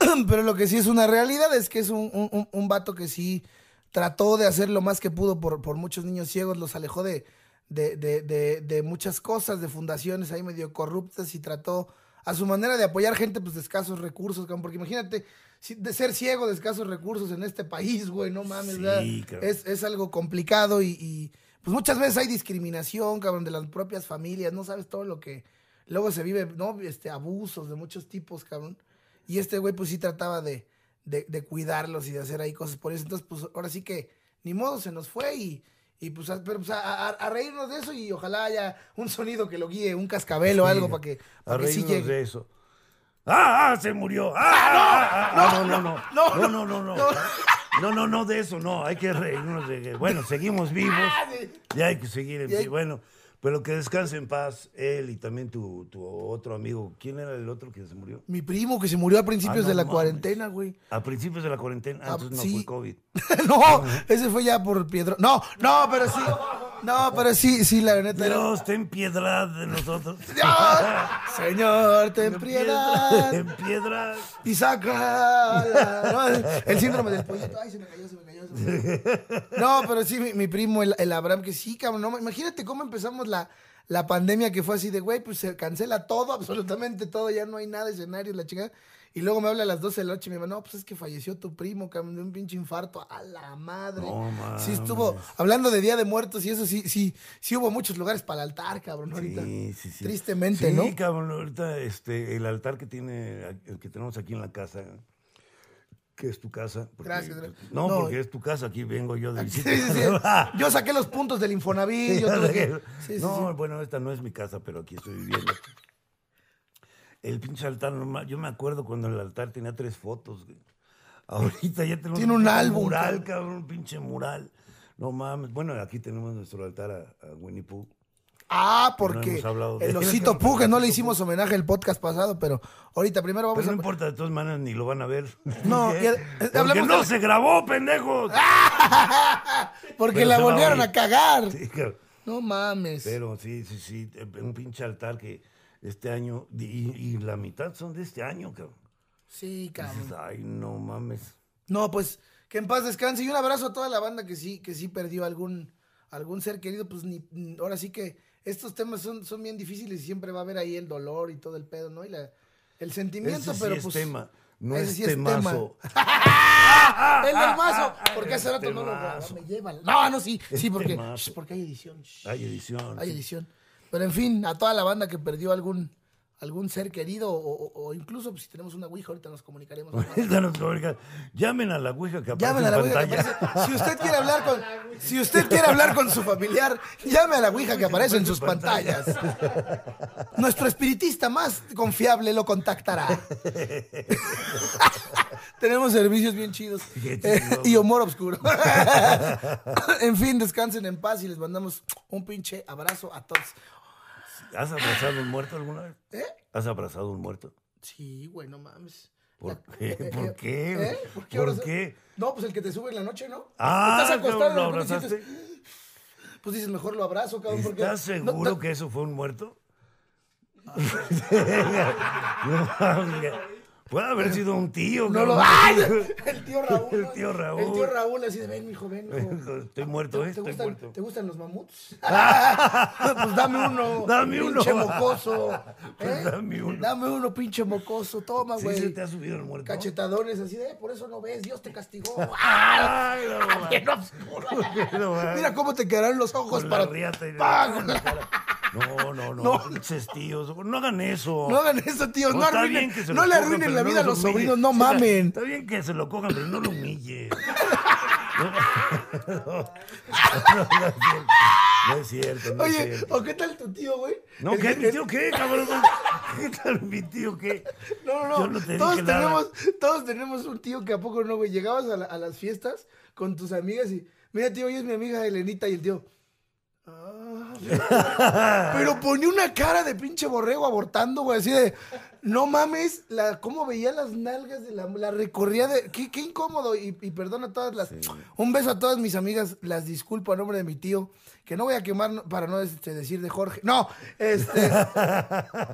[SPEAKER 2] (clears throat) Pero lo que sí es una realidad es que es un, un- un- un vato que sí trató de hacer lo más que pudo por, por muchos niños ciegos, los alejó de, de, de- de- de muchas cosas, de fundaciones ahí medio corruptas y trató a su manera de apoyar gente pues, de escasos recursos, cabrón, porque imagínate si- de ser ciego de escasos recursos en este país, güey, no mames,
[SPEAKER 3] Sí,
[SPEAKER 2] ¿verdad?
[SPEAKER 3] cabrón.
[SPEAKER 2] es, es algo complicado y, y, pues muchas veces hay discriminación, cabrón, de las propias familias, no sabes todo lo que luego se vive, ¿no? Este, abusos de muchos tipos, cabrón. Y este güey pues sí trataba de, de, de cuidarlos y de hacer ahí cosas por eso. Entonces pues ahora sí que ni modo se nos fue y, y pues, a, pero, pues, a, a- a reírnos de eso y ojalá haya un sonido que lo guíe, un cascabel o algo para que,
[SPEAKER 3] A
[SPEAKER 2] para que sí
[SPEAKER 3] reírnos
[SPEAKER 2] llegue.
[SPEAKER 3] de eso. ¡Ah, ah, se murió! ¡Ah, ah, ah, no, no, no, no, no, no, no, no, no, no, de eso, no, hay que reírnos de que, bueno, seguimos vivos y hay que seguir en
[SPEAKER 2] Ah, Y hay-
[SPEAKER 3] pie. bueno, pero que descanse en paz él y también tu, tu otro amigo, ¿quién era el otro que se murió?
[SPEAKER 2] Mi primo que se murió a
[SPEAKER 3] Ah,
[SPEAKER 2] principios
[SPEAKER 3] no
[SPEAKER 2] de la
[SPEAKER 3] mames.
[SPEAKER 2] cuarentena, güey.
[SPEAKER 3] A principios de la cuarentena,
[SPEAKER 2] Ah,
[SPEAKER 3] antes no
[SPEAKER 2] sí.
[SPEAKER 3] fue COVID.
[SPEAKER 2] (laughs) no, ese fue ya por Piedro. No, no, pero sí. No, pero sí, sí, la neta. era-
[SPEAKER 3] Dios, ten piedad de nosotros.
[SPEAKER 2] Dios, Señor, ten piedad.
[SPEAKER 3] (laughs) Ten piedad.
[SPEAKER 2] Y saca la- ¿no? el síndrome del pollito. Ay, se me cayó, se me cayó. se me cayó. No, pero sí, mi, mi primo, el, el Abraham, que sí, cabrón. no, imagínate cómo empezamos la, la pandemia que fue así de, güey, pues se cancela todo, (laughs) absolutamente todo, ya no hay nada, escenarios, la chingada. Y luego me habla a las 12 de la noche y me dice, no, pues es que falleció tu primo, cabrón, de un pinche infarto. A la madre.
[SPEAKER 3] No mames.
[SPEAKER 2] sí estuvo, hablando de Día de Muertos y eso, sí, sí, sí hubo muchos lugares para el altar, cabrón, ahorita.
[SPEAKER 3] Sí, sí, sí.
[SPEAKER 2] Tristemente,
[SPEAKER 3] Sí,
[SPEAKER 2] ¿no?
[SPEAKER 3] cabrón, ahorita este, el altar que tiene, el que tenemos aquí en la casa, que es tu casa. porque- pues,
[SPEAKER 2] Gracias, gracias.
[SPEAKER 3] No,
[SPEAKER 2] No.
[SPEAKER 3] porque es tu casa, aquí vengo yo
[SPEAKER 2] (laughs)
[SPEAKER 3] de
[SPEAKER 2] Sí,
[SPEAKER 3] visita. Ah,
[SPEAKER 2] sí, sí.
[SPEAKER 3] (laughs)
[SPEAKER 2] Yo saqué los puntos del Infonavit. yo tuve que- sí, sí,
[SPEAKER 3] no,
[SPEAKER 2] sí.
[SPEAKER 3] bueno, esta no es mi casa, pero aquí estoy viviendo. El pinche altar, no ma- yo me acuerdo cuando el altar tenía tres fotos. güey. Ahorita ya tenemos
[SPEAKER 2] Tiene un
[SPEAKER 3] pinche
[SPEAKER 2] álbum,
[SPEAKER 3] Mural,
[SPEAKER 2] cabrón.
[SPEAKER 3] cabrón, un pinche mural. No mames. Bueno, aquí tenemos nuestro altar a, a Winnie Pooh.
[SPEAKER 2] Ah,
[SPEAKER 3] No
[SPEAKER 2] porque
[SPEAKER 3] hemos hablado de
[SPEAKER 2] el
[SPEAKER 3] él. (laughs)
[SPEAKER 2] osito Pug, que no le hicimos homenaje el podcast pasado, pero ahorita primero vamos
[SPEAKER 3] Pero no
[SPEAKER 2] a.
[SPEAKER 3] importa, de todas maneras ni lo van a ver.
[SPEAKER 2] No,
[SPEAKER 3] Porque-
[SPEAKER 2] y- eh,
[SPEAKER 3] (laughs) porque
[SPEAKER 2] hablamos
[SPEAKER 3] no
[SPEAKER 2] de- Ah.
[SPEAKER 3] se grabó, pendejos.
[SPEAKER 2] Porque
[SPEAKER 3] Pero
[SPEAKER 2] la
[SPEAKER 3] se va a
[SPEAKER 2] volvieron
[SPEAKER 3] oír.
[SPEAKER 2] a cagar.
[SPEAKER 3] Sí, claro.
[SPEAKER 2] No mames.
[SPEAKER 3] Pero sí, sí, sí, eh, un pinche altar que este año, y, y la mitad son de este año, cabrón.
[SPEAKER 2] Sí,
[SPEAKER 3] Dices,
[SPEAKER 2] cabrón.
[SPEAKER 3] Ay, no mames.
[SPEAKER 2] No, pues que en paz descanse. Y un abrazo a toda la banda que sí, que sí perdió algún, algún ser querido. Pues ni, ni- ahora sí que estos temas son, son bien difíciles y siempre va a haber ahí el dolor y todo el pedo, ¿no? Y la, el sentimiento,
[SPEAKER 3] Ese sí
[SPEAKER 2] pero
[SPEAKER 3] es
[SPEAKER 2] pues.
[SPEAKER 3] tema, no
[SPEAKER 2] ese
[SPEAKER 3] es
[SPEAKER 2] sí es tema.
[SPEAKER 3] temazo.
[SPEAKER 2] El del mazo,
[SPEAKER 3] (laughs)
[SPEAKER 2] porque hace rato no lo grababa,
[SPEAKER 3] temazo.
[SPEAKER 2] me lleva. No, no, sí, sí, porque,
[SPEAKER 3] temazo.
[SPEAKER 2] shh, porque hay edición. shh,
[SPEAKER 3] Hay edición.
[SPEAKER 2] hay
[SPEAKER 3] sí. (laughs)
[SPEAKER 2] edición. Pero en fin, a toda la banda que perdió algún, algún ser querido o, o- o incluso pues, si tenemos una Ouija, ahorita nos comunicaremos.
[SPEAKER 3] (laughs) Ahorita nos comunica- Llamen a la Ouija que aparece
[SPEAKER 2] Llame a la
[SPEAKER 3] en
[SPEAKER 2] Ouija que
[SPEAKER 3] pantalla.
[SPEAKER 2] aparece. Si usted quiere hablar con, si usted quiere hablar con su familiar, llame a la Ouija que aparece en sus pantallas. Nuestro espiritista más confiable lo contactará. (laughs) Tenemos servicios bien chidos
[SPEAKER 3] Qué
[SPEAKER 2] Eh,
[SPEAKER 3] chido.
[SPEAKER 2] y humor oscuro. (laughs) en fin, descansen en paz y les mandamos un pinche abrazo a todos.
[SPEAKER 3] (laughs) ¿Has abrazado un muerto alguna vez?
[SPEAKER 2] ¿Eh?
[SPEAKER 3] ¿Has abrazado un muerto?
[SPEAKER 2] Sí, güey, no mames.
[SPEAKER 3] ¿Por
[SPEAKER 2] La-
[SPEAKER 3] qué?
[SPEAKER 2] eh,
[SPEAKER 3] ¿Por
[SPEAKER 2] eh,
[SPEAKER 3] qué?
[SPEAKER 2] ¿Eh? ¿Por qué?
[SPEAKER 3] ¿Por
[SPEAKER 2] abrazar?
[SPEAKER 3] qué?
[SPEAKER 2] No, pues el que te sube en la noche, ¿no?
[SPEAKER 3] Ah,
[SPEAKER 2] Estás acostado de
[SPEAKER 3] ¿lo
[SPEAKER 2] repente y
[SPEAKER 3] abrazaste?
[SPEAKER 2] sientes, Pues dices, mejor lo abrazo, cabrón. porque-
[SPEAKER 3] ¿Estás
[SPEAKER 2] No,
[SPEAKER 3] seguro
[SPEAKER 2] no,
[SPEAKER 3] que eso fue un
[SPEAKER 2] (laughs)
[SPEAKER 3] muerto? No, mames. Puede haber sido un tío.
[SPEAKER 2] No
[SPEAKER 3] (laughs)
[SPEAKER 2] lo...
[SPEAKER 3] cabrón.
[SPEAKER 2] ¡Ay! El tío Raúl.
[SPEAKER 3] El
[SPEAKER 2] ¿no?
[SPEAKER 3] tío Raúl.
[SPEAKER 2] El tío Raúl así de, ven, mijo, ven, mijo.
[SPEAKER 3] Estoy muerto,
[SPEAKER 2] ¿Te,
[SPEAKER 3] ¿eh?
[SPEAKER 2] te
[SPEAKER 3] Estoy
[SPEAKER 2] gustan,
[SPEAKER 3] muerto. Ah,
[SPEAKER 2] ¿Te gustan los
[SPEAKER 3] (laughs)
[SPEAKER 2] mamuts? pues dame (laughs) uno.
[SPEAKER 3] Dame uno.
[SPEAKER 2] Pinche mocoso.
[SPEAKER 3] (laughs) Pues
[SPEAKER 2] ¿eh?
[SPEAKER 3] dame uno.
[SPEAKER 2] Dame uno, pinche mocoso. Toma,
[SPEAKER 3] ¿Sí
[SPEAKER 2] güey.
[SPEAKER 3] se te ha subido el muerto?
[SPEAKER 2] Cachetadones así de, "Eh, por eso no ves, Dios te castigó.
[SPEAKER 3] (laughs) ¡Ay, no, mames. (laughs) No, mames.
[SPEAKER 2] Mira cómo te quedarán los ojos
[SPEAKER 3] Con la
[SPEAKER 2] para.
[SPEAKER 3] riata y la-
[SPEAKER 2] ¡Pah!
[SPEAKER 3] con la cara. No, no, no.
[SPEAKER 2] (laughs) No.
[SPEAKER 3] Pinches tíos. No hagan eso.
[SPEAKER 2] No hagan eso, tíos. No,
[SPEAKER 3] Pues está
[SPEAKER 2] arruinen,
[SPEAKER 3] bien que se
[SPEAKER 2] no
[SPEAKER 3] lo
[SPEAKER 2] le
[SPEAKER 3] cojan,
[SPEAKER 2] arruinen
[SPEAKER 3] pero
[SPEAKER 2] la
[SPEAKER 3] no
[SPEAKER 2] vida a
[SPEAKER 3] los
[SPEAKER 2] los
[SPEAKER 3] humillen.
[SPEAKER 2] sobrinos, no
[SPEAKER 3] (laughs) Sí, está-
[SPEAKER 2] mamen.
[SPEAKER 3] Está bien que se lo cojan, pero no lo humillen. No, no, no, no, no, No es cierto, no es
[SPEAKER 2] Oye,
[SPEAKER 3] cierto.
[SPEAKER 2] ¿o qué tal tu tío, güey?
[SPEAKER 3] No,
[SPEAKER 2] El
[SPEAKER 3] ¿qué?
[SPEAKER 2] que-
[SPEAKER 3] ¿Mi tío qué, cabrón? ¿Qué tal mi tío qué?
[SPEAKER 2] No, no,
[SPEAKER 3] Yo
[SPEAKER 2] no.
[SPEAKER 3] no te
[SPEAKER 2] todos,
[SPEAKER 3] dije nada.
[SPEAKER 2] tenemos, todos tenemos un tío que a poco no, güey. Llegabas a, la- a las fiestas con tus amigas y, mira, tío, ella es mi amiga Elenita y el tío. "Ah". Pero ponía una cara de pinche borrego abortando, güey, así de, no mames, la, cómo veía las nalgas de la, la recorría de, qué, qué incómodo, y, y perdón a todas las, un beso a todas mis amigas, las disculpo a nombre de mi tío, que no voy a quemar no- para no este, decir de Jorge, no,
[SPEAKER 3] (laughs)
[SPEAKER 2] este,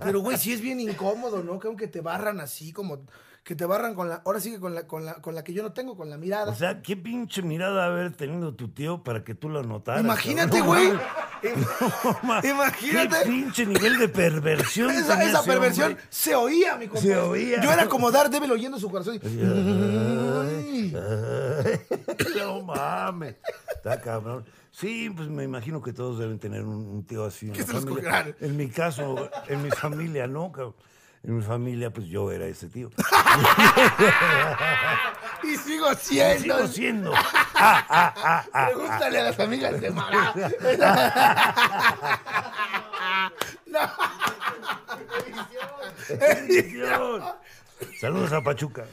[SPEAKER 2] pero, güey, sí es bien incómodo, ¿no? Creo que te barran así, como que te barran con la. Ahora sí que con la, con la, con la que yo no tengo, con la mirada.
[SPEAKER 3] O sea, qué pinche mirada haber tenido tu tío para que tú lo notaras.
[SPEAKER 2] Imagínate,
[SPEAKER 3] cabrón.
[SPEAKER 2] güey.
[SPEAKER 3] (laughs) No mames.
[SPEAKER 2] Imagínate.
[SPEAKER 3] Qué pinche nivel de perversión.
[SPEAKER 2] Esa,
[SPEAKER 3] tenía
[SPEAKER 2] esa
[SPEAKER 3] ese
[SPEAKER 2] perversión
[SPEAKER 3] hombre.
[SPEAKER 2] se oía, mi compadre.
[SPEAKER 3] Se oía.
[SPEAKER 2] Yo era como dar débil oyendo su corazón. Ay.
[SPEAKER 3] (laughs) No mames. Está cabrón. Sí, pues me imagino que todos deben tener un, un tío así. en
[SPEAKER 2] Que
[SPEAKER 3] la
[SPEAKER 2] se los
[SPEAKER 3] familia.
[SPEAKER 2] cogerán.
[SPEAKER 3] En mi caso, en mi familia, no, cabrón. En mi familia, pues yo era
[SPEAKER 2] (laughs)
[SPEAKER 3] ese tío.
[SPEAKER 2] Y sigo siendo.
[SPEAKER 3] Sigo
[SPEAKER 2] (laughs)
[SPEAKER 3] Ah, siendo.
[SPEAKER 2] Pregúntale a las amigas de Mara.
[SPEAKER 3] Bendición. Saludos a Pachuca.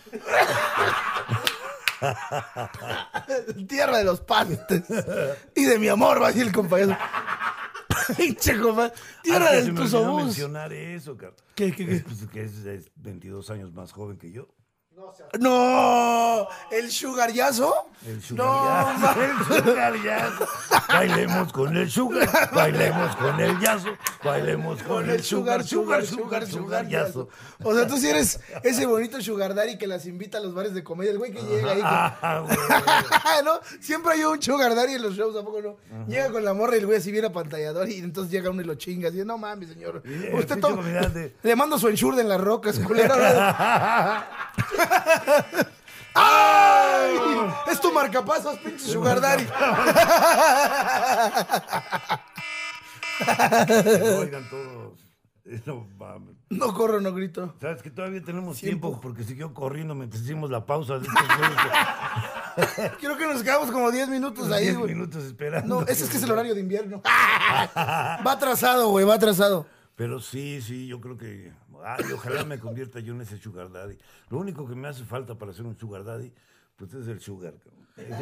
[SPEAKER 2] Tierra de los pastes. Y de mi amor, va a decir el compañero. (laughs) Pinche compadre. Tierra
[SPEAKER 3] Ah, que
[SPEAKER 2] del
[SPEAKER 3] se me olvidó
[SPEAKER 2] tusobús.
[SPEAKER 3] mencionar eso, cabrón.
[SPEAKER 2] ¿Qué, qué, qué?
[SPEAKER 3] Es, pues, que es, es 22 años más joven que yo.
[SPEAKER 2] No, el sugariazo.
[SPEAKER 3] El sugar
[SPEAKER 2] no, (laughs)
[SPEAKER 3] jazz,
[SPEAKER 2] ma-
[SPEAKER 3] el sugar jazz. Bailemos con el sugar, bailemos con el yazo, bailemos con,
[SPEAKER 2] con el sugar, sugar, sugar, sugar,
[SPEAKER 3] yazo.
[SPEAKER 2] yazo. O sea, tú sí eres ese bonito sugar daddy que las invita a los bares de comedia, el güey que llega ahí. con-
[SPEAKER 3] Ah, güey.
[SPEAKER 2] (laughs) ¿No? Siempre hay un sugar daddy en los shows, ¿a poco no? Llega con la morra y el güey así viene apantallador y entonces llega uno y lo chinga. Así, no mames, señor.
[SPEAKER 3] el
[SPEAKER 2] Usted
[SPEAKER 3] pinche
[SPEAKER 2] toma-
[SPEAKER 3] comediante.
[SPEAKER 2] (laughs) Le mando su ensurde en las rocas, culero.
[SPEAKER 3] (laughs)
[SPEAKER 2] ¡Ay! Es tu marcapasos, pinche sugar daddy.
[SPEAKER 3] Oigan todos. No mames.
[SPEAKER 2] No corro, no grito.
[SPEAKER 3] Sabes que todavía tenemos
[SPEAKER 2] Tiempo.
[SPEAKER 3] tiempo, porque siguió corriendo mientras hicimos la pausa.
[SPEAKER 2] (laughs)
[SPEAKER 3] de estos güeyes.
[SPEAKER 2] Creo que nos quedamos como 10 minutos Pues ahí,
[SPEAKER 3] Diez
[SPEAKER 2] güey.
[SPEAKER 3] minutos
[SPEAKER 2] No,
[SPEAKER 3] esperando.
[SPEAKER 2] ese es que es el horario de
[SPEAKER 3] (laughs)
[SPEAKER 2] invierno. Va atrasado, güey, va atrasado.
[SPEAKER 3] Pero sí, sí, yo creo que. Ay, ojalá me convierta yo en ese sugar daddy. Lo único que me hace falta para ser un sugar daddy, pues es el sugar. cabrón. (laughs)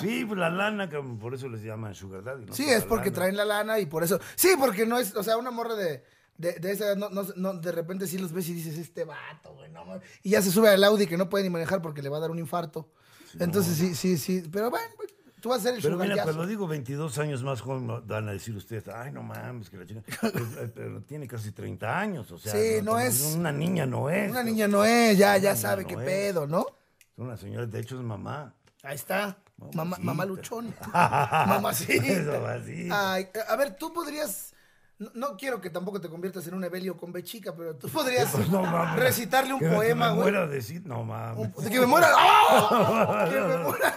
[SPEAKER 3] Sí, pues la lana, cabrón, por eso les llaman sugar daddy. ¿no?
[SPEAKER 2] Sí,
[SPEAKER 3] Por la
[SPEAKER 2] es porque
[SPEAKER 3] lana.
[SPEAKER 2] traen la lana y por eso. Sí, porque no es, o sea, una morra de, de, de esa edad, no, no- no, de repente sí los ves y dices, este vato, güey, no mames". Y ya se sube al Audi que no puede ni manejar porque le va a dar un infarto. Entonces sí, sí, sí. Pero bueno, güey, tú vas a ser el
[SPEAKER 3] Pero mira, pues,
[SPEAKER 2] sugar
[SPEAKER 3] cuando digo 22 años más joven, van a decir ustedes, ay, no mames, que la chica. Pero, pero tiene casi 30 años, o sea.
[SPEAKER 2] Sí, no es-
[SPEAKER 3] Una niña no es.
[SPEAKER 2] Una niña no es, ya, ya
[SPEAKER 3] Una
[SPEAKER 2] sabe
[SPEAKER 3] no
[SPEAKER 2] qué
[SPEAKER 3] es.
[SPEAKER 2] pedo, ¿no?
[SPEAKER 3] Es una señora, de hecho es mamá.
[SPEAKER 2] Ahí está. Mamá,
[SPEAKER 3] Mamacita.
[SPEAKER 2] mamá
[SPEAKER 3] (laughs)
[SPEAKER 2] luchón. Mamacita.
[SPEAKER 3] Eso, así.
[SPEAKER 2] Ay, a ver, tú podrías. No, no quiero que tampoco te conviertas en un Evelio con Bechica, pero tú podrías
[SPEAKER 3] Pues (laughs) no mames.
[SPEAKER 2] recitarle un
[SPEAKER 3] Que me-
[SPEAKER 2] poema,
[SPEAKER 3] que me
[SPEAKER 2] güey.
[SPEAKER 3] muera de sí- no mames.
[SPEAKER 2] Un- Que me
[SPEAKER 3] (laughs)
[SPEAKER 2] muera. ¡Ah! Que me muera.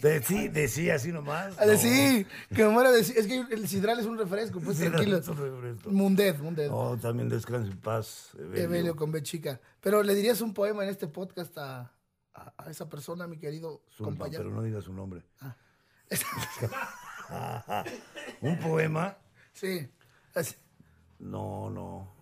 [SPEAKER 3] De sí, de sí, así nomás.
[SPEAKER 2] A decir, que me muera de. Es que el sidral es un refresco, pues
[SPEAKER 3] Sidral
[SPEAKER 2] tranquilo.
[SPEAKER 3] es un refresco. Oh,
[SPEAKER 2] Mundet, Mundet.
[SPEAKER 3] No, No, también descanse en paz. Evelio.
[SPEAKER 2] Evelio con Bechica. Pero le dirías un poema en este podcast a, a- a esa persona, mi querido
[SPEAKER 3] Zumba, pero
[SPEAKER 2] compañero.
[SPEAKER 3] no diga su nombre.
[SPEAKER 2] Ah.
[SPEAKER 3] (laughs) ¿Un poema?
[SPEAKER 2] Sí. Así.
[SPEAKER 3] No, no.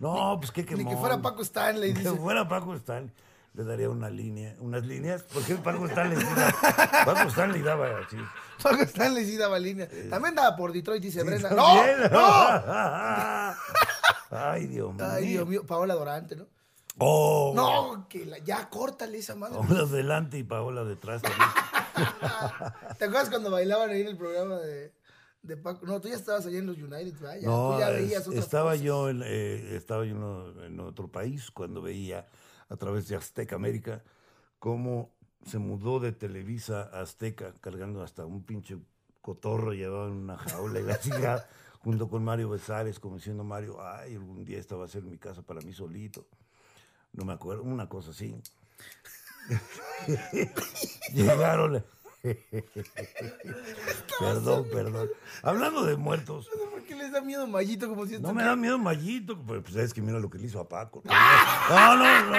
[SPEAKER 3] No, pues qué quemón.
[SPEAKER 2] Ni que fuera Paco Stanley.
[SPEAKER 3] Ni que
[SPEAKER 2] Dice.
[SPEAKER 3] fuera Paco Stanley. Le daría una línea, unas líneas, porque Paco Stanley, sí daba- Paco Stanley daba así.
[SPEAKER 2] Paco Stanley sí daba línea. También daba por Detroit, dice
[SPEAKER 3] (laughs)
[SPEAKER 2] Brenda.
[SPEAKER 3] Bien.
[SPEAKER 2] ¡No! ¡No!
[SPEAKER 3] (laughs) Ay, Dios mío.
[SPEAKER 2] Ay, Dios mío, Paola Dorante, ¿no?
[SPEAKER 3] Oh,
[SPEAKER 2] No, que la, ya córtale esa madre.
[SPEAKER 3] Paola delante y Paola detrás también.
[SPEAKER 2] ¿Te acuerdas cuando bailaban ahí en el programa de, de Paco? No, tú ya estabas allá en los United, vaya.
[SPEAKER 3] No,
[SPEAKER 2] tú ya
[SPEAKER 3] es-
[SPEAKER 2] veías otras
[SPEAKER 3] estaba
[SPEAKER 2] cosas.
[SPEAKER 3] yo en, eh, estaba yo en o- en otro país cuando veía a través de Azteca América cómo se mudó de Televisa a Azteca cargando hasta un pinche cotorro llevaba en una jaula y
[SPEAKER 2] (laughs)
[SPEAKER 3] la chingada, junto con Mario Besares como diciendo Mario, ay, algún día esta va a ser mi casa para mí solito. No me acuerdo, una cosa así.
[SPEAKER 2] (laughs)
[SPEAKER 3] Llegaron. (laughs) perdón, perdón. Hablando de muertos.
[SPEAKER 2] ¿Por qué les da miedo Mayito como si
[SPEAKER 3] No
[SPEAKER 2] esto-
[SPEAKER 3] (laughs) me da miedo Mayito, pues pues, es que mira lo que le hizo a Paco. No, no, no.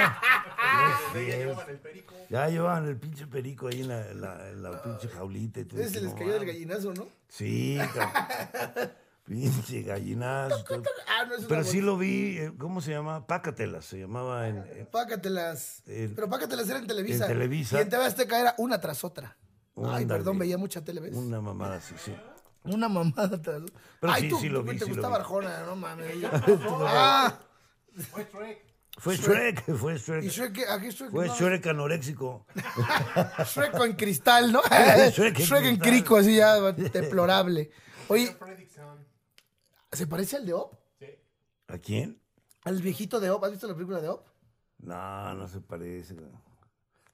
[SPEAKER 3] Ya llevaban el pinche perico ahí en la, en la- en la pinche jaulita. Y tú
[SPEAKER 2] Ustedes se les
[SPEAKER 3] dices, "No
[SPEAKER 2] cayó el
[SPEAKER 3] mames".
[SPEAKER 2] gallinazo, ¿no?
[SPEAKER 3] Sí, (laughs) cabrón. pinche gallinazo. todo.
[SPEAKER 2] Ah, no, es una
[SPEAKER 3] Pero sí lo vi, eh, ¿cómo se llama? Pácatelas, se llamaba en- en,
[SPEAKER 2] Pácatelas.
[SPEAKER 3] El-
[SPEAKER 2] Pero Pácatelas era en Televisa.
[SPEAKER 3] en Televisa.
[SPEAKER 2] Y en TV Azteca era una tras otra. Ay,
[SPEAKER 3] Ándale.
[SPEAKER 2] perdón, veía mucha Televisa. Una,
[SPEAKER 3] una mamada así, sí.
[SPEAKER 2] mamada tras otra.
[SPEAKER 3] Pero
[SPEAKER 2] Ay,
[SPEAKER 3] sí,
[SPEAKER 2] tú,
[SPEAKER 3] sí lo
[SPEAKER 2] tú-
[SPEAKER 3] vi,
[SPEAKER 2] Te
[SPEAKER 3] sí lo
[SPEAKER 2] gustaba
[SPEAKER 3] vi.
[SPEAKER 2] Arjona, no
[SPEAKER 3] (laughs)
[SPEAKER 2] mames. ah,
[SPEAKER 3] Fue Shrek, fue
[SPEAKER 2] y
[SPEAKER 3] Shrek.
[SPEAKER 2] Shrek, aquí Shrek,
[SPEAKER 3] Fue
[SPEAKER 2] no,
[SPEAKER 3] Pues Shrek anoréxico.
[SPEAKER 2] Shrek con cristal, ¿no? (laughs) Shrek,
[SPEAKER 3] Shrek en
[SPEAKER 2] en
[SPEAKER 3] cristal.
[SPEAKER 2] crico, así ya, deplorable. Oye, ¿se parece al de Op?
[SPEAKER 3] ¿A quién?
[SPEAKER 2] ¿Al viejito de Op? ¿Has visto la película de Op?
[SPEAKER 3] No, no se parece. güey.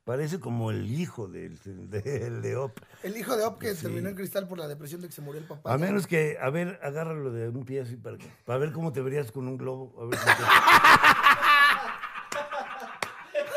[SPEAKER 3] Parece como el hijo del, del de Op.
[SPEAKER 2] El hijo de Op que
[SPEAKER 3] Sí. Ah.
[SPEAKER 2] terminó en cristal por la depresión de que se murió el papá.
[SPEAKER 3] A menos que, a ver, agárralo de un pie así para, que- para ver cómo te verías con un globo. A ver si te- (laughs)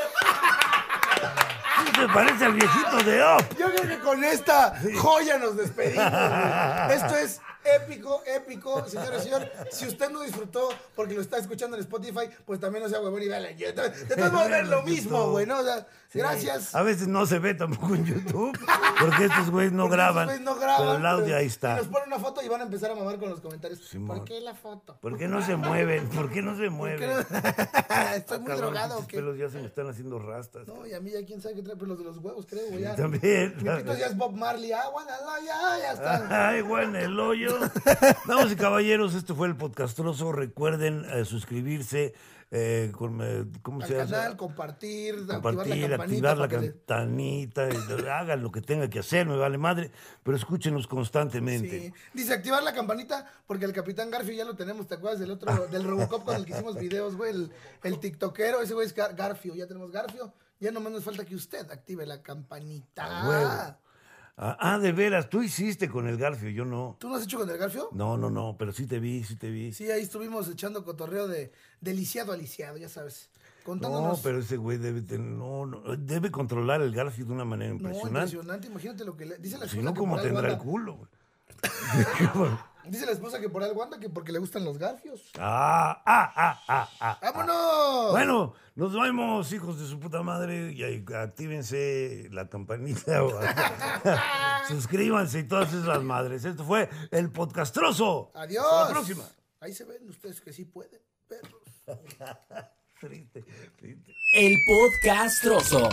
[SPEAKER 3] Sí, se parece al viejito de Op.
[SPEAKER 2] Yo creo que con esta joya nos despedimos. güey. Esto es épico, épico, señor y señor. Si usted no disfrutó porque lo está escuchando en Spotify, pues también no sea huevón y véale. De todos modos, es lo mismo, güey, ¿no? O sea, gracias.
[SPEAKER 3] A veces no se ve tampoco en YouTube, porque estos güeyes no,
[SPEAKER 2] Porque
[SPEAKER 3] graban.
[SPEAKER 2] ustedes no graban,
[SPEAKER 3] Pero el audio
[SPEAKER 2] pero-
[SPEAKER 3] ahí
[SPEAKER 2] Y
[SPEAKER 3] está.
[SPEAKER 2] nos ponen una foto y van a empezar a mamar con los comentarios.
[SPEAKER 3] Simón.
[SPEAKER 2] ¿Por qué la foto?
[SPEAKER 3] ¿Por qué no se mueven? ¿Por qué no se
[SPEAKER 2] ¿Por qué (laughs)
[SPEAKER 3] (laughs) mueven?
[SPEAKER 2] no- Estoy muy
[SPEAKER 3] Ah, Cabrón,
[SPEAKER 2] drogado, ¿o
[SPEAKER 3] estos
[SPEAKER 2] qué?
[SPEAKER 3] pelos ya se me están haciendo rastas.
[SPEAKER 2] No, y a mí ya quién sabe qué trae, pero los de los huevos, creo, güey. ya.
[SPEAKER 3] También.
[SPEAKER 2] Mi pito ya es Bob Marley. Ah, bueno, ya, ya está.
[SPEAKER 3] (laughs) Ay, bueno, el hoyo. Vamos y caballeros, esto fue el podcastroso. Recuerden eh, suscribirse. eh, con, eh, ¿Cómo
[SPEAKER 2] Al
[SPEAKER 3] se llama?
[SPEAKER 2] canal, compartir,
[SPEAKER 3] compartir,
[SPEAKER 2] activar
[SPEAKER 3] activar
[SPEAKER 2] la campanita. para
[SPEAKER 3] la
[SPEAKER 2] que-
[SPEAKER 3] campanita, y- hagan lo que tenga que hacer, me vale madre, pero escúchenos constantemente.
[SPEAKER 2] Sí. Dice activar la campanita porque el Capitán Garfield ya lo tenemos, ¿te acuerdas del
[SPEAKER 3] (laughs)
[SPEAKER 2] otro, del Robocop con el que hicimos videos, güey? El, el tiktokero, ese güey es Gar- Garfield, ya tenemos Garfield. Ya nomás nos falta que usted active la
[SPEAKER 3] A huevo.
[SPEAKER 2] campanita.
[SPEAKER 3] Ah, ah, de veras, tú hiciste con el Garfio, yo no.
[SPEAKER 2] ¿Tú no has hecho con el Garfio?
[SPEAKER 3] No, no, no, pero sí te vi, sí te vi.
[SPEAKER 2] Sí, ahí estuvimos echando cotorreo de, de lisiado a lisiado, ya sabes.
[SPEAKER 3] no,
[SPEAKER 2] Contándonos.
[SPEAKER 3] pero ese güey debe tener- no, no, debe controlar el Garfio de una manera
[SPEAKER 2] No,
[SPEAKER 3] impresionante. Pues
[SPEAKER 2] impresionante, imagínate lo que le dice la
[SPEAKER 3] Si
[SPEAKER 2] esposa.
[SPEAKER 3] no,
[SPEAKER 2] que
[SPEAKER 3] ¿cómo
[SPEAKER 2] por algo
[SPEAKER 3] tendrá el
[SPEAKER 2] anda-
[SPEAKER 3] culo? güey?
[SPEAKER 2] (laughs)
[SPEAKER 3] (laughs)
[SPEAKER 2] Dice la esposa que por algo anda, que porque le gustan los garfios.
[SPEAKER 3] ah, ah, ah, ah, ah.
[SPEAKER 2] ¡Vámonos!
[SPEAKER 3] Bueno, nos vemos, hijos de su puta madre, y ahí, actívense la campanita. o- Suscríbanse y todas esas madres. Esto fue El Podcastroso.
[SPEAKER 2] Adiós.
[SPEAKER 3] Hasta la próxima.
[SPEAKER 2] Ahí se ven ustedes que sí pueden, perros.
[SPEAKER 3] Triste, triste.
[SPEAKER 1] El Podcastroso.